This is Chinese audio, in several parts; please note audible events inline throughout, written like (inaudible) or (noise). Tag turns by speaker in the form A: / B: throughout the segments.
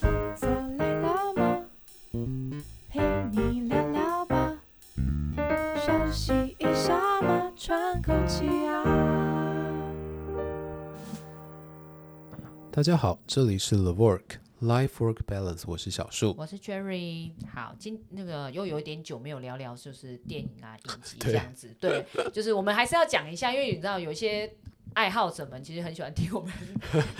A: 坐累了吗？陪你聊聊吧，休息一下嘛，喘口气啊。
B: 大家好，这里是 The Work Life Work Balance，我是小树。
C: 我是 Cherry。好，今那个又有一点久没有聊聊，就是电影啊、影集这样子。对，就是我们还是要讲一下，因为你知道有一些。爱好者们其实很喜欢听我们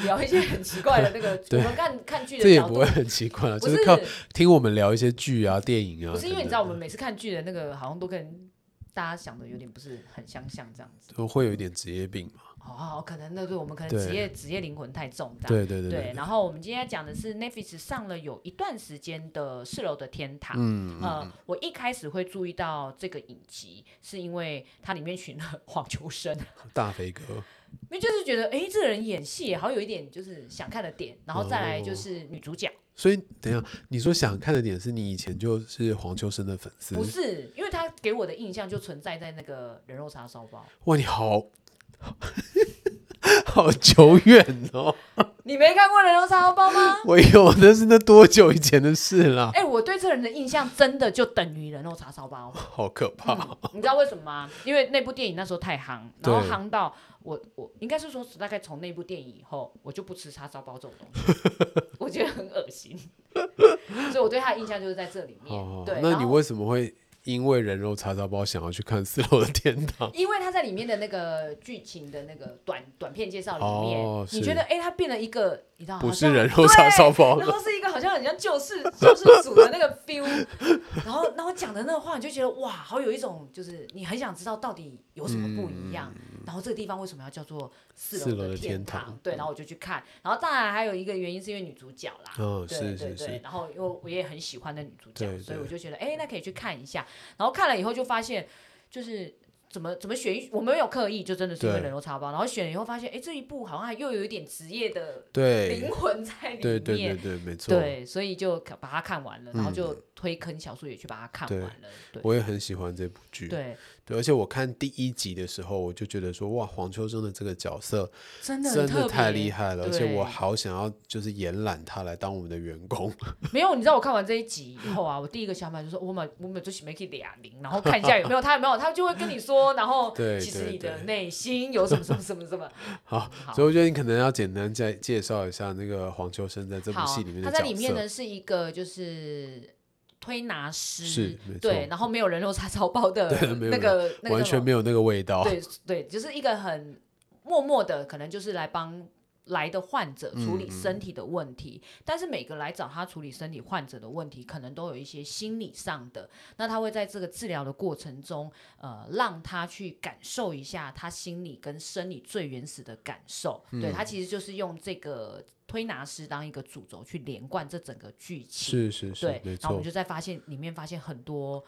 C: 聊一些很奇怪的那个，
B: (laughs) 对
C: 我们看看剧
B: 这
C: 的
B: 也
C: 角
B: 不
C: 度
B: 会，很奇怪啊，
C: 不
B: 就是是靠听我们聊一些剧啊、电影啊。
C: 不是因为你
B: 等
C: 知
B: 等
C: 道我们每次看剧的那个好像都跟大家想的有点不是很相像这样子。
B: 都会有一点职业病嘛？
C: 哦，可能那对我们可能
B: 对
C: 职业职业灵魂太重大。
B: 对对对
C: 对，，然后我们今天要讲的是 Netflix 上了有一段时间的《四楼的天堂》。
B: 嗯，
C: 呃，我一开始会注意到这个影集，是因为它里面选了 (laughs) 黄秋生，
B: 大飞哥，
C: 因为就是觉得，哎，这个人演戏好像有一点就是想看的点，然后再来就是女主角，
B: 所以等一下，你说想看的点是你以前就是黄秋生的粉丝
C: 不，是，因为她给我的印象就存在在那个人肉叉烧
B: (laughs)
C: 包，
B: 哇，你好好久远哦，
C: 你没看过人肉叉烧包吗？
B: 我有，那是那多久以前的事
C: (laughs)
B: 啦，
C: 哎，我对这个人的印象真的就等于人肉叉烧包，
B: 好可怕哦。
C: 你知道为什么吗？因为那部电影那时候太夯，然后
B: 对
C: 夯到我，我应该是说，大概从那部电影以后，我就不吃叉烧包这种
B: (laughs)
C: 东西，我觉得很恶心，所以我对他的印象就是在这里面。
B: 哦
C: 嗯对，，
B: 那
C: 然
B: 你
C: 后
B: 为什么会因为人肉叉烧包想要去看四楼的天堂？
C: 因为他在里面的那个剧情的那个短短片介绍里面，
B: 哦
C: 你
B: 是
C: 觉得哎，他变了一个，你知道
B: 不
C: 好
B: 是
C: 像
B: 人肉叉烧包
C: 然
B: 了，
C: 后是一个好像很像救世救世主的那个 feel，然 (laughs) 后然后讲的那个话，你就觉得哇，好有一种就是你很想知道到底有什么不一样，然后这个地方为什么要叫做
B: 嗯
C: 四
B: 四
C: 楼
B: 楼的
C: 的
B: 天
C: 堂？
B: 堂
C: 对，然后我就去看，然后当然还有一个原因是因为女主角啦，
B: 嗯，
C: 对
B: 是
C: 对
B: 是
C: 对
B: 是，，
C: 然后因为我也很喜欢那女主角，
B: 对
C: 所以
B: 对
C: 我就觉得哎，那可以去看一下，然后看了以后就发现就是。怎么怎么选一？我没有刻意，就真的是因为
B: 对
C: 人肉叉包，然后选了以后发现，哎，这一部好像又有一点职业的灵
B: 对
C: 魂在里面。
B: 对对对对，没错，嗯
C: 对，所以就看把它看完了，然后就推坑小树也去把它看
B: 对
C: 完了。对
B: 我也很喜欢这部剧，
C: 对，
B: 对，而且我看第一集的时候，我就觉得说，哇，黄秋生的这个角色
C: 真的
B: 真
C: 很
B: 的
C: 特
B: 太
C: 别
B: 厉害了，而且我
C: 对嗯
B: 好想要就是延揽他来当我们的员工，
C: 没有，你知道我看完这一集以后啊，我第一个想法就是我们我们就是没去俩零，然后看一下有没有他有没有，他就会跟你
B: (laughs)
C: 说，然后
B: 对
C: 其实
B: 对
C: 你的
B: 对
C: 内心有什么什么什么什么。
B: 好，
C: 好
B: 所以我觉得你可能要简单介介绍一下那个黄秋生在这部
C: 好
B: 戏里面的
C: 他
B: 角色，
C: 在里面呢是一个就是推拿师，
B: 是没
C: 对，
B: 错
C: 然后没有人肉叉烧包的
B: (laughs) 对没有
C: 那个那个
B: 完
C: 叫什
B: 全
C: 么
B: 没有那个味道，
C: 对对，就是一个很默默的，可能就是来帮来的患者处
B: 嗯
C: 理身体的问题。但是每个来找他处理身体患者的问题，可能都有一些心理上的。那他会在这个治疗的过程中，呃，让他去感受一下他心理跟生理最原始的感受。
B: 嗯
C: 对他其实就是用这个推拿师当一个主轴去连贯这整个剧
B: 是
C: 情。
B: 是是
C: 对，，
B: 没
C: 然
B: 错
C: 后我们，就在发现里面发现很多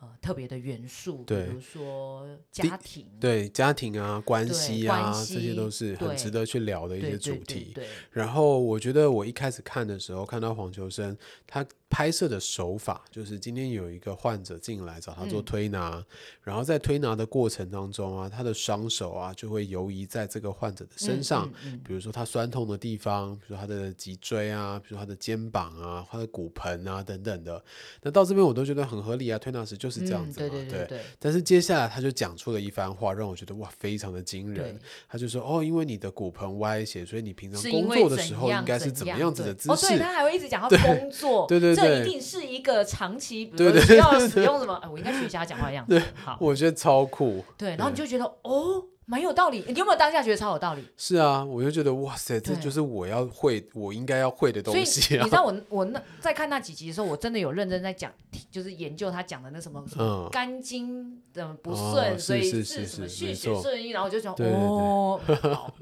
C: 呃特别的元素，比
B: 对
C: 如说
B: 第
C: 家庭，
B: 对家庭啊、关系啊，
C: 关系
B: 这些都是很
C: 对
B: 值得去聊的一
C: 对
B: 些
C: 对
B: 主
C: 对
B: 题。
C: 对
B: 然后我觉得我一开始看的时候，看到黄秋生他拍摄的手法，就是今天有一个患者进来找他
C: 嗯
B: 做推拿，然后在推拿的过程当中啊，他的双手啊就会游移在这个患者的身上，
C: 嗯嗯
B: 比如说他酸痛的地方，比如说他的脊椎啊，比如说他的肩膀啊，他的骨盆啊等等的。那到这边我都觉得很合理啊，推拿师就是这样
C: 嗯
B: 子嘛，
C: 对对对对
B: 但是接下来他就讲出了一番话，让我觉得哇，非常的惊人
C: 对。
B: 他就说哦，因为你的骨盆歪斜，所以你平常
C: 是
B: 工
C: 因为
B: 作的时
C: 怎
B: 候应
C: 样
B: 该是
C: 怎
B: 怎么
C: 样
B: 样子
C: 对
B: 的姿
C: 哦，对
B: 势。
C: 他还会一直
B: (laughs)
C: 讲到
B: 对
C: 工作，
B: 对对
C: 这
B: 对
C: 一定是一个长期，比
B: 对
C: 如
B: 对
C: 需要
B: 对
C: 使用什么，哎我应该学一下他讲话的样子， (laughs) 好，
B: 我觉得超酷。
C: 对，然后你就觉得哦，蛮有道理，你有没有当下觉得超有道理？
B: 是啊，我就觉得哇塞，这
C: 对
B: 就是我要会，我应该要会的
C: 所以
B: 东
C: 你
B: 西啊
C: 知。道我我那在看那几集的时候，我真的有认真在讲，就是研究他讲的那什么什
B: (laughs)
C: 么
B: 嗯
C: 肝经的不
B: 哦
C: 顺，
B: 是
C: 所以
B: 是是
C: 什么
B: 是
C: 血
B: 没
C: 血
B: 错
C: 顺应，然后我就想
B: 对对对
C: 哦，好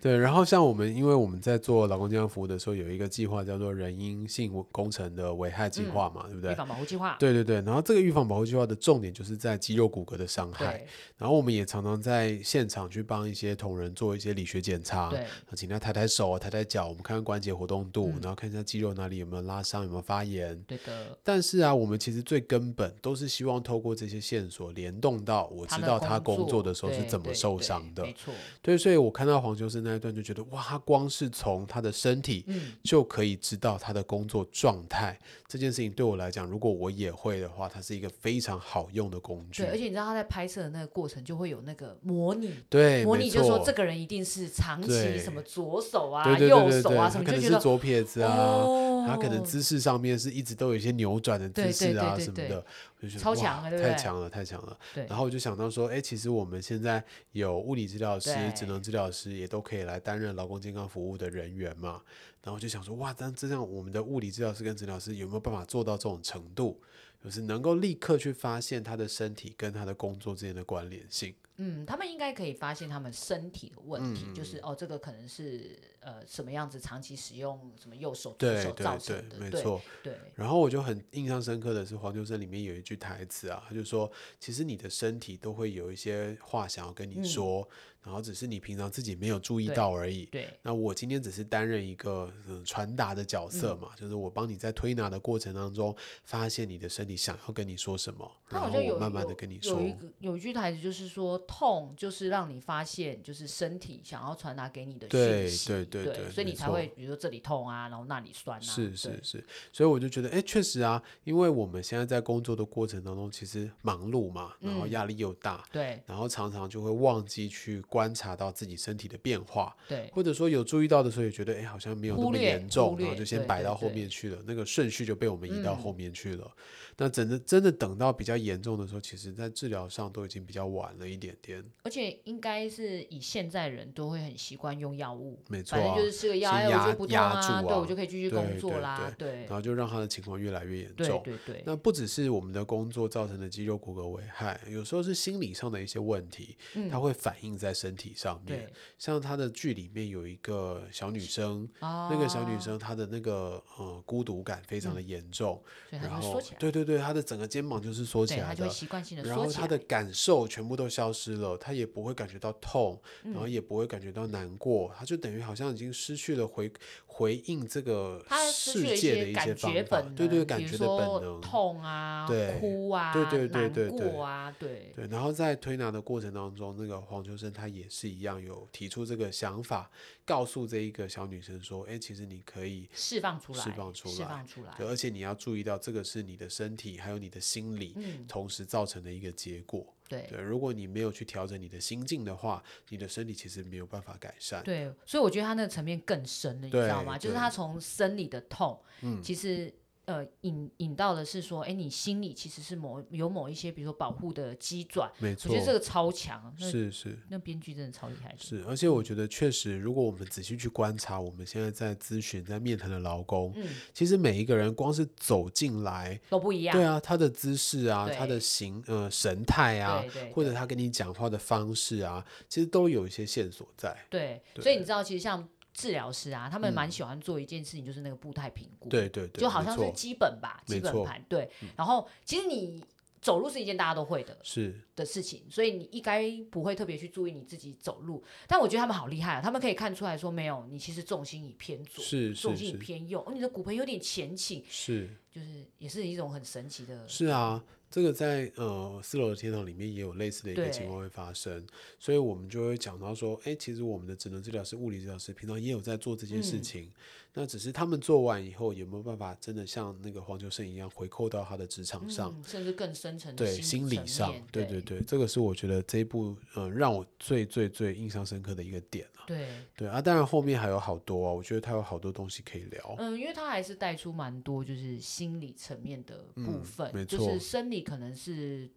B: 对，然后像我们，因为我们在做劳工健康服务的时候，有一个计划叫做“人因性工程的危害计划”嘛，对不
C: 嗯预
B: 对？
C: 防保护计划，
B: 对对对，然后这个预防保护计划的重点就是在肌肉骨骼的伤害。
C: 对
B: 然后我们也常常在现场去帮一些同仁做一些理学检查，
C: 对，
B: 请他抬抬手啊，抬抬脚，我们看看关节活动度，
C: 嗯
B: 然后看一下肌肉哪里有没有拉伤，有没有发炎。
C: 对的，
B: 但是啊，我们其实最根本都是希望透过这些线索联动到我
C: 他
B: 知
C: 的
B: 道他工作
C: 作
B: 的时候是
C: 对
B: 怎么
C: 对
B: 受
C: 对
B: 伤的。
C: 没错，
B: 对，所以我看到黄秋生那一段就觉得，哇，他光是从他的身体
C: 嗯，
B: 就可以知道他的工作状态，这件事情对我来讲，如果我也会的话，它是一个非常好用的工具
C: 对，。而且你知道他在拍摄的那个过程就会有那个模拟。
B: 对，
C: 模
B: 没
C: 拟就说
B: 错
C: 这个人一定是长期
B: 对
C: 什么左手啊、
B: 对对对
C: 右
B: 对
C: 手
B: 对
C: 啊什
B: 他
C: 么，
B: 可
C: 就
B: 能
C: 觉
B: 是
C: 得
B: 左撇子啊，
C: 哦，
B: 他可能姿势上面是一直都有一些扭转的姿
C: 对对
B: 势啊
C: 对对
B: 什么
C: 对
B: 的，我就觉得
C: 超
B: 哇
C: 强了对不
B: 太
C: 对
B: 强了，太强了。
C: 对
B: 然后我就想到说，哎，其实我们现在有物理治疗师、职
C: 对
B: 能治疗师也都可以来担任劳工健康服务的人员嘛。然后我就想说，哇，但这样我们的物理治疗师跟治疗师有没有办法做到这种程度？就是能够立刻去发现他的身体跟他的工作之间的关联性。
C: 嗯，他们应该可以发现他们身体的问题，
B: 嗯
C: 就是哦，这个可能是呃什么样子长期使用什么右手、左
B: 对
C: 手
B: 对
C: 造成
B: 对
C: 的，，
B: 没
C: 对
B: 错。
C: 对
B: 然后我就很印象深刻的是黄秋生里面有一句台词啊，他就说：“其实你的身体都会有一些话想要跟你说，然后只是你平常自己没有注意
C: 嗯对
B: 到而已。”
C: 对
B: 那我今天只是担任一个嗯传达的角
C: 嗯
B: 色嘛，就是我帮你在推拿的过程当中，发现你的身体想要跟你说什么，
C: 他
B: 然
C: 好
B: 后
C: 像有
B: 我慢慢的
C: 有
B: 跟你说
C: 有。一个有一句台词，就是说痛就是让你发现，就是身体想要传达给你的
B: 对
C: 讯息，
B: 对对对
C: 所以你
B: 没
C: 才
B: 错
C: 会比如说这里痛啊，然后那里酸啊，
B: 是
C: 对
B: 是是，所以我就觉得，哎，确实啊，因为我们现在在工作的过程当中，其实忙碌嘛，然后
C: 嗯
B: 压力又大，
C: 对
B: 然后常常就会忘记去观察到自己身体的变化，
C: 对
B: 或者说有注意到的时候也觉得，哎，好像没有那
C: 忽
B: 么
C: 略
B: 严
C: 忽
B: 重，然后
C: 略
B: 就先
C: 对
B: 摆
C: 对
B: 到后
C: 对
B: 面去了，那个顺序就被我们移到
C: 嗯
B: 后面去了。那真的真的等到比较严重的时候，其实在治疗上都已经比较晚了一点点，
C: 而且应该是以现在人都会很习惯用药物，
B: 没错
C: 反正
B: 啊
C: 就。是吃个药，
B: 先
C: 哎，我
B: 压
C: 就不痛
B: 压住
C: 对
B: 啊
C: 我就可以继续
B: 对
C: 工作
B: 对
C: 啦，对
B: 然后就让他的情况越来越严
C: 对
B: 重。
C: 对对，
B: 那不只是我们的工作造成的肌肉骨骼危害，有时候是心理上的一些问题，它会反映在身体上面
C: 嗯对。
B: 像他的剧里面有一个小女生，
C: 啊，
B: 那个小女，生她的那个呃孤独感非常的严重，
C: 所以嗯她
B: 然
C: 就会
B: 后
C: 缩起来，
B: 对对对，她的整个肩膀就是缩起
C: 对，她
B: 来
C: 就会
B: 的，
C: 习惯性的
B: 然
C: 缩
B: 后
C: 起
B: 她
C: 来，
B: 的感受全部都消失了，她也不会感觉到痛，然
C: 嗯
B: 后也不会感觉到难过，她就等于好像已经失去了回回应这个
C: 她失去了
B: 世界的些
C: 些感觉
B: 方
C: 本
B: 法
C: 能，，
B: 对对，感
C: 比如
B: 觉的
C: 说
B: 本能。
C: 痛啊，
B: 对
C: 哭啊，
B: 对对对对
C: 难
B: 对
C: 过啊，对
B: 对，然后在推拿的过程当中，那个黄秋生他也是一样有提出这个想法，告诉这一个小女生说：“哎，其实你可以
C: 释放出来，
B: 释放出
C: 释
B: 来
C: 放出来，
B: 对，而且你要注意到，这个是你的身体还有你的心理、
C: 嗯，
B: 同时造成的一个结果。
C: 对。
B: 对，如果你没有去调整你的心境的话，你的身体其实没有办法改善。
C: 对，所以我觉得他那个层面更深了，你知道
B: 对嗯
C: 吗？就是
B: 对
C: 他从生理的痛，其实呃引引到的是说，哎，你心里其实是某有某一些，比如说保护的机转，
B: 没
C: 我
B: 错
C: 觉，得这个超强，那
B: 是是
C: 那编剧真的超厉害的，
B: 是，而且
C: 嗯
B: 我觉得确实，如果我们仔细去观察，我们现在在咨询、在面谈的劳工，
C: 嗯，
B: 其实每一个人光是走进来，
C: 都不一样，
B: 对啊，他的姿势啊，他
C: 对
B: 的形呃神态啊
C: 对，对
B: 或者他跟你讲话的方式啊，其实都有一些线索在。
C: 对，
B: 对嗯
C: 所以你知道，其实像治疗师啊，他们蛮喜欢做一件事情，就是那个步态评估，，
B: 对对对，
C: 就好
B: 没
C: 像是
B: 错
C: 基本吧，
B: 没
C: 基本
B: 错嗯
C: 盘，对。然后其实你走路是一件大家都会的，
B: 是
C: 的事情，所以你应该不会特别去注意你自己走路。但我觉得他们好厉害啊，他们可以看出来说，没有，你其实重心已偏左，
B: 是
C: 重
B: 是
C: 心已
B: 是
C: 偏右，哦，你的骨盆有点前倾，
B: 是
C: 就是也是一种很神奇的。
B: 是啊，这个在呃四楼的天堂里面也有类似的一个
C: 对
B: 情况会发生，所以我们就会讲到说，哎，其实我们的职能治疗师、物理治疗师平常也有在做这件事
C: 嗯
B: 情，那只是他们做完以后有没有办法真的像那个黄秋生一样回扣到他的职场上？
C: 嗯，甚至更深层的
B: 对心理
C: 层
B: 上
C: 面，
B: 对
C: 对
B: 对，这个是我觉得这一部呃让我最最最印象深刻的一个点啊。
C: 对
B: 对啊，当然后面还有好多啊，我觉得他有好多东西可以聊。
C: 嗯，因为他还是带出蛮多就是心理层面的部
B: 嗯
C: 分，
B: 没
C: 就
B: 错
C: 是生理可能是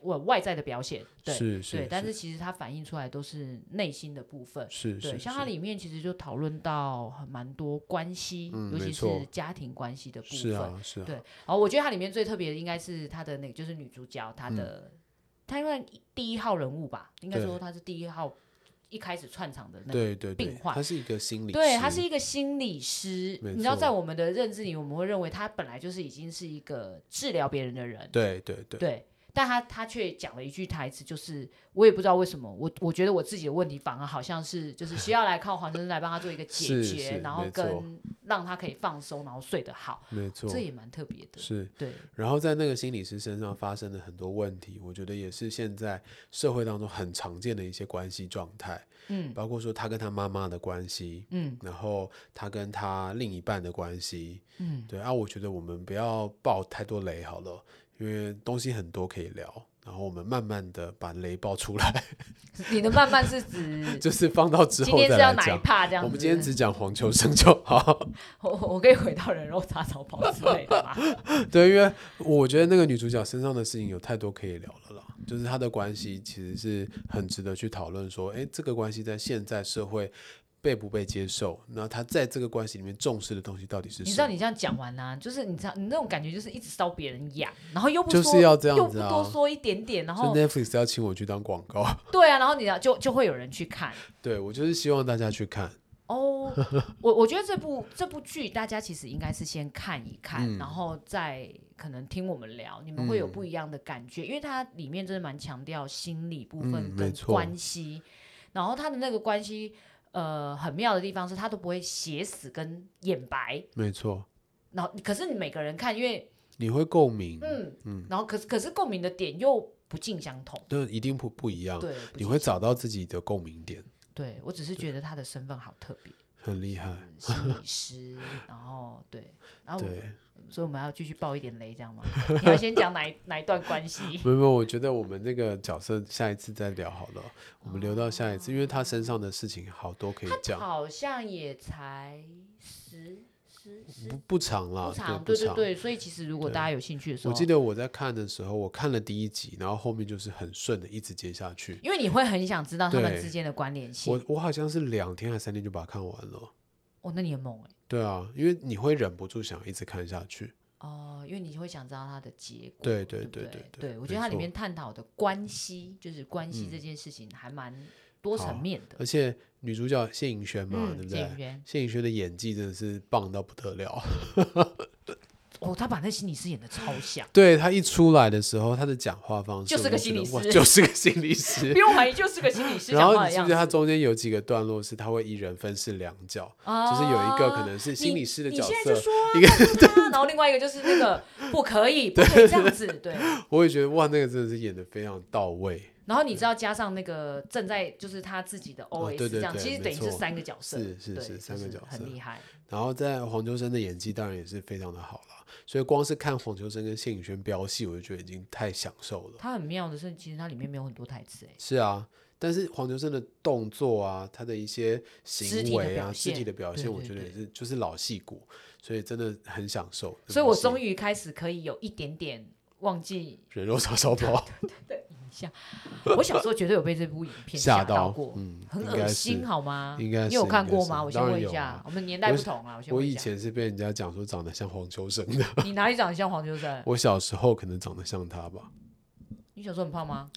C: 我外在的表现，对
B: 是是
C: 对，但
B: 是
C: 是其实它反映出来都是内心的部分，
B: 是
C: 对，
B: 是
C: 像它
B: 是
C: 里面其实就讨论到很蛮多关系，
B: 嗯
C: 尤
B: 没
C: 其
B: 错
C: 是家庭关系的部分。
B: 是啊是啊
C: 对，然后我觉得它里面最特别的应该是它的那个，就是女主角她的，她因为第一号人物吧，应
B: 嗯
C: 该
B: 对
C: 说她是第一号一开始串场的那个。
B: 对对对
C: 病，患
B: 他是一个心理
C: 对，
B: 师
C: 她是一个心理师，
B: 没
C: 你知道，
B: 错
C: 在我们的认知里，我们会认为她本来就是已经是一个治疗别人的人，
B: 对对对
C: 对，但他他却讲了一句台词，就是我也不知道为什么，我我觉得我自己的问题反而好像是就是需要来靠黄先生来帮他做一个解
B: (laughs) 是
C: 决，
B: 是
C: 然后
B: 没错
C: 跟让他可以放松，然后睡得好，
B: 没错
C: 这，也蛮特别的。
B: 是。
C: 对，
B: (laughs) 然后在那个心理师身上发生的很多问题，我觉得也是现在社会当中很常见的一些关系状态，
C: 嗯
B: 包括说他跟他妈妈的关系，
C: 嗯
B: 然后他跟他另一半的关系，
C: 嗯，
B: 对啊，我觉得我们不要爆太多雷好了，因为东西很多可以聊，然后我们慢慢的把雷爆出来， (laughs)
C: 你的慢慢是指
B: 就是放到 (laughs) 之
C: 今
B: 后
C: 天
B: 再
C: 是要
B: 来
C: 哪一
B: 讲。
C: 趴这样子？
B: 我们今天只讲黄秋生就好，
C: 我我可以回到人肉叉烧包之类的吧？
B: 对，因为我觉得那个女主角身上的事情有太多可以聊了啦，就是她的关系其实是很值得去讨论，说，诶，这个关系在现在社会被不被接受？那她在这个关系里面重视的东西到底是什么？
C: 你知道你这样讲完啊，就是你知道你那种感觉就是一直烧别人痒，然后又不
B: 就
C: 说
B: 是要这样
C: 又不
B: 子啊
C: 多说一点点，然
B: 所
C: 后
B: 以 Netflix 要请我去当广告， (laughs)
C: 对啊，然后你要就就会有人去看
B: 对我就是希望大家去看，
C: 哦。我我觉得这部这部剧大家其实应该是先看一看，
B: 嗯
C: 然后再可能听我们聊，你们会有
B: 嗯
C: 不一样的感觉，因为它里面真的蛮强调心理部
B: 嗯
C: 分
B: 没
C: 跟
B: 错
C: 关系，然后它的那个关系。呃，很妙的地方是它都不会写死跟眼白，
B: 没错，
C: 然后可是你每个人看，因为
B: 你会共鸣，
C: 嗯，然后可是可是共鸣的点又不尽相同，
B: 那一定不不一样，
C: 对，不
B: 你
C: 尽
B: 会
C: 相
B: 找到自己的共鸣点，
C: 对我只是觉得他的身份好特
B: (laughs)
C: 别，
B: 很厉害，
C: 嗯心理师，然后对，然后我
B: 对。
C: 们所以我们要继续爆一点雷，这样吗？
B: (laughs)
C: 你要先讲哪一哪一段关系？
B: 没有，没有，我觉得我们那个角色下一次再聊好了，我们留到下一次，因为他身上的事情好多可以讲，
C: 好像也才十十十
B: 不不长啦，
C: 不长，
B: 对
C: 对
B: 不
C: 对
B: 长。
C: 对，哦所以其实如果
B: 对
C: 大家有兴趣的时
B: 我
C: 候，
B: 记得我在看的时候，我看了第一集，然后后面就是很顺的一直接下去。
C: 因为你会很想知道他们
B: 对
C: 之间的关联性
B: 我。我好像是两天还三天就把它看完了。
C: 哦，那你很猛哎、
B: 对啊，因为你会忍不住想一直看下去。
C: 哦，因为你会想知道它的结果，
B: 对
C: 对
B: 对对
C: 不对
B: 对
C: 我
B: 没
C: 觉得它里
B: 错嗯
C: 面探讨的关系，就是关系这件事情还蛮多层
B: 好
C: 面的。
B: 而且女主角谢颖轩嘛，
C: 嗯，
B: 对不
C: 演
B: 对？
C: 员
B: 谢颖轩的演技真的是棒到不得了。，
C: 哦，他把那心理师演的超像
B: (laughs) 对她一出来的时候，她的讲话方式
C: 就是
B: 我
C: 个
B: 觉
C: 心
B: 得
C: 理
B: 哇
C: 师
B: 就是个心理
C: (laughs)
B: 师
C: 不。用怀疑，就是个心理师
B: 然
C: 讲
B: 后
C: 话的
B: 你是
C: 样
B: 不是
C: 子。
B: 它中间有几个段落是它会一人分饰两角，
C: 啊
B: 就是有一个可能是心理师的角
C: 你你现在就
B: 色，
C: 说啊、 (laughs) 干嘛啊然后另外一个就是那个不
B: (laughs)
C: 可以，不可以这样子，对。
B: 我也觉得哇，那个真的是演的非常到位，
C: 然后你知道加上那个正在就是他自己的 OS
B: 哦对
C: 这
B: 对
C: 样，
B: 对
C: 其实
B: 没
C: 等于是
B: 错
C: 三个角色，
B: 是是
C: 对
B: 是
C: 就
B: 三个角色
C: 很厉害。
B: 然后在黄秋生的演技当然也是非常的好了，所以光是看黄秋生跟谢颖轩飙戏，我就觉得已经太享受了。
C: 他很妙的是，其实他里面没有很多台词哎、
B: 是啊，但是黄秋生的动作啊，他的一些
C: 肢体
B: 行
C: 的
B: 为
C: 表
B: 啊，肢体
C: 现
B: 的表
C: 对
B: 现，我
C: 对
B: 觉得也
C: 对
B: 是就是老戏骨，所以真的很享受。
C: 所以我终
B: 于
C: 于开始可以有一点点忘记
B: 人肉叉烧
C: (laughs)
B: 包
C: 一下。我小时候绝对有被这部影片
B: 吓
C: 到
B: 到
C: 过，，
B: 嗯，
C: 很
B: 应
C: 恶
B: 该
C: 心
B: 是
C: 好吗？
B: 应该
C: 你有
B: 是
C: 看
B: 应该
C: 过
B: 是
C: 吗？我先
B: 当然
C: 问一
B: 有
C: 下
B: 啊，
C: 我们年代
B: 我
C: 不
B: 以
C: 同啊，我先
B: 我
C: 问一
B: 以
C: 下，
B: 前是被人家讲说长得像黄秋生的，
C: (laughs) 你哪里长得像黄秋生？
B: 我小时候可能长得像他吧，
C: 你小时候很胖吗？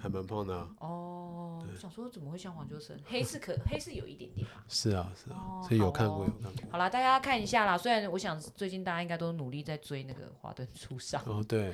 B: 还蛮胖的、啊。
C: 哦，我想说怎么会像黄秋生？黑是可 (laughs) 黑是有一点点吧。
B: 是啊，是啊，
C: 哦
B: 所以有看过，
C: 好哦
B: 有看过。
C: 好啦，大家看一下啦。虽然我想最近大家应该都努力在追那个《华灯初上》， (laughs) 《
B: 哦，对，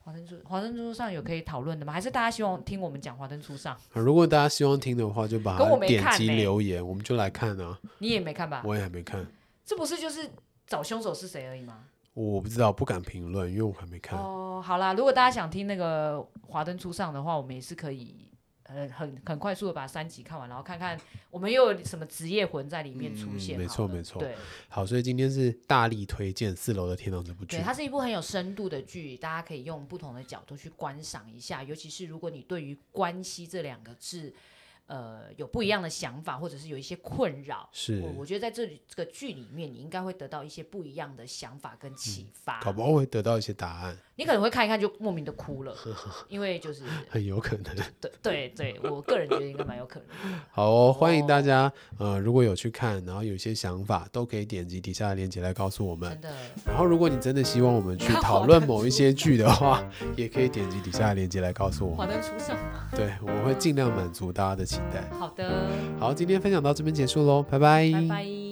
C: 华灯初华灯初上》有可以讨论的吗？还是大家希望听我们讲《华灯初上》？
B: 啊如果大家希望听的话，就把
C: 可我
B: 它
C: 没
B: 点
C: 看
B: 击
C: 呢
B: 留言，我们就来看啊。
C: 你也没看吧？
B: 我也还没看，
C: 这不是就是找凶手是谁而已吗？
B: 我不知道，不敢评论，因为我还没看。
C: 哦，好啦，如果大家想听那个《华灯初上》的话，我们也是可以。呃，很很快速的把三集看完，然后看看我们又有什么职业魂在里面出
B: 嗯
C: 现好了、
B: 没错没错
C: 对
B: 好，所以今天是大力推荐《四楼的天堂》这部剧
C: 对，。它是一部很有深度的剧，大家可以用不同的角度去观赏一下。尤其是如果你对于关系这两个字，呃，有不一样的想法，或者是有一些困扰，
B: 是
C: 我，我觉得在这里这个剧里面，你应该会得到一些不一样的想法跟启发。
B: 嗯搞不好会得到一些答案，
C: 你可能会看一看就莫名的哭
B: (laughs)
C: 了，因为就是
B: 很有可能。
C: 对对对，我个人觉得应该蛮有可能的。
B: (laughs) 好哦，欢迎大家，呃，如果有去看，然后有一些想法，都可以点击底下的链接来告诉我们
C: 真。的，
B: 然后，如果你真的希望我们去讨论某一些剧的话， (laughs) 也可以点击底下的链接来告诉我
C: 华
B: 们。
C: 灯初上。
B: 对，我们会尽量满足大家的期待。
C: 好的，
B: 嗯好，今天分享到这边结束喽，拜拜
C: 拜拜。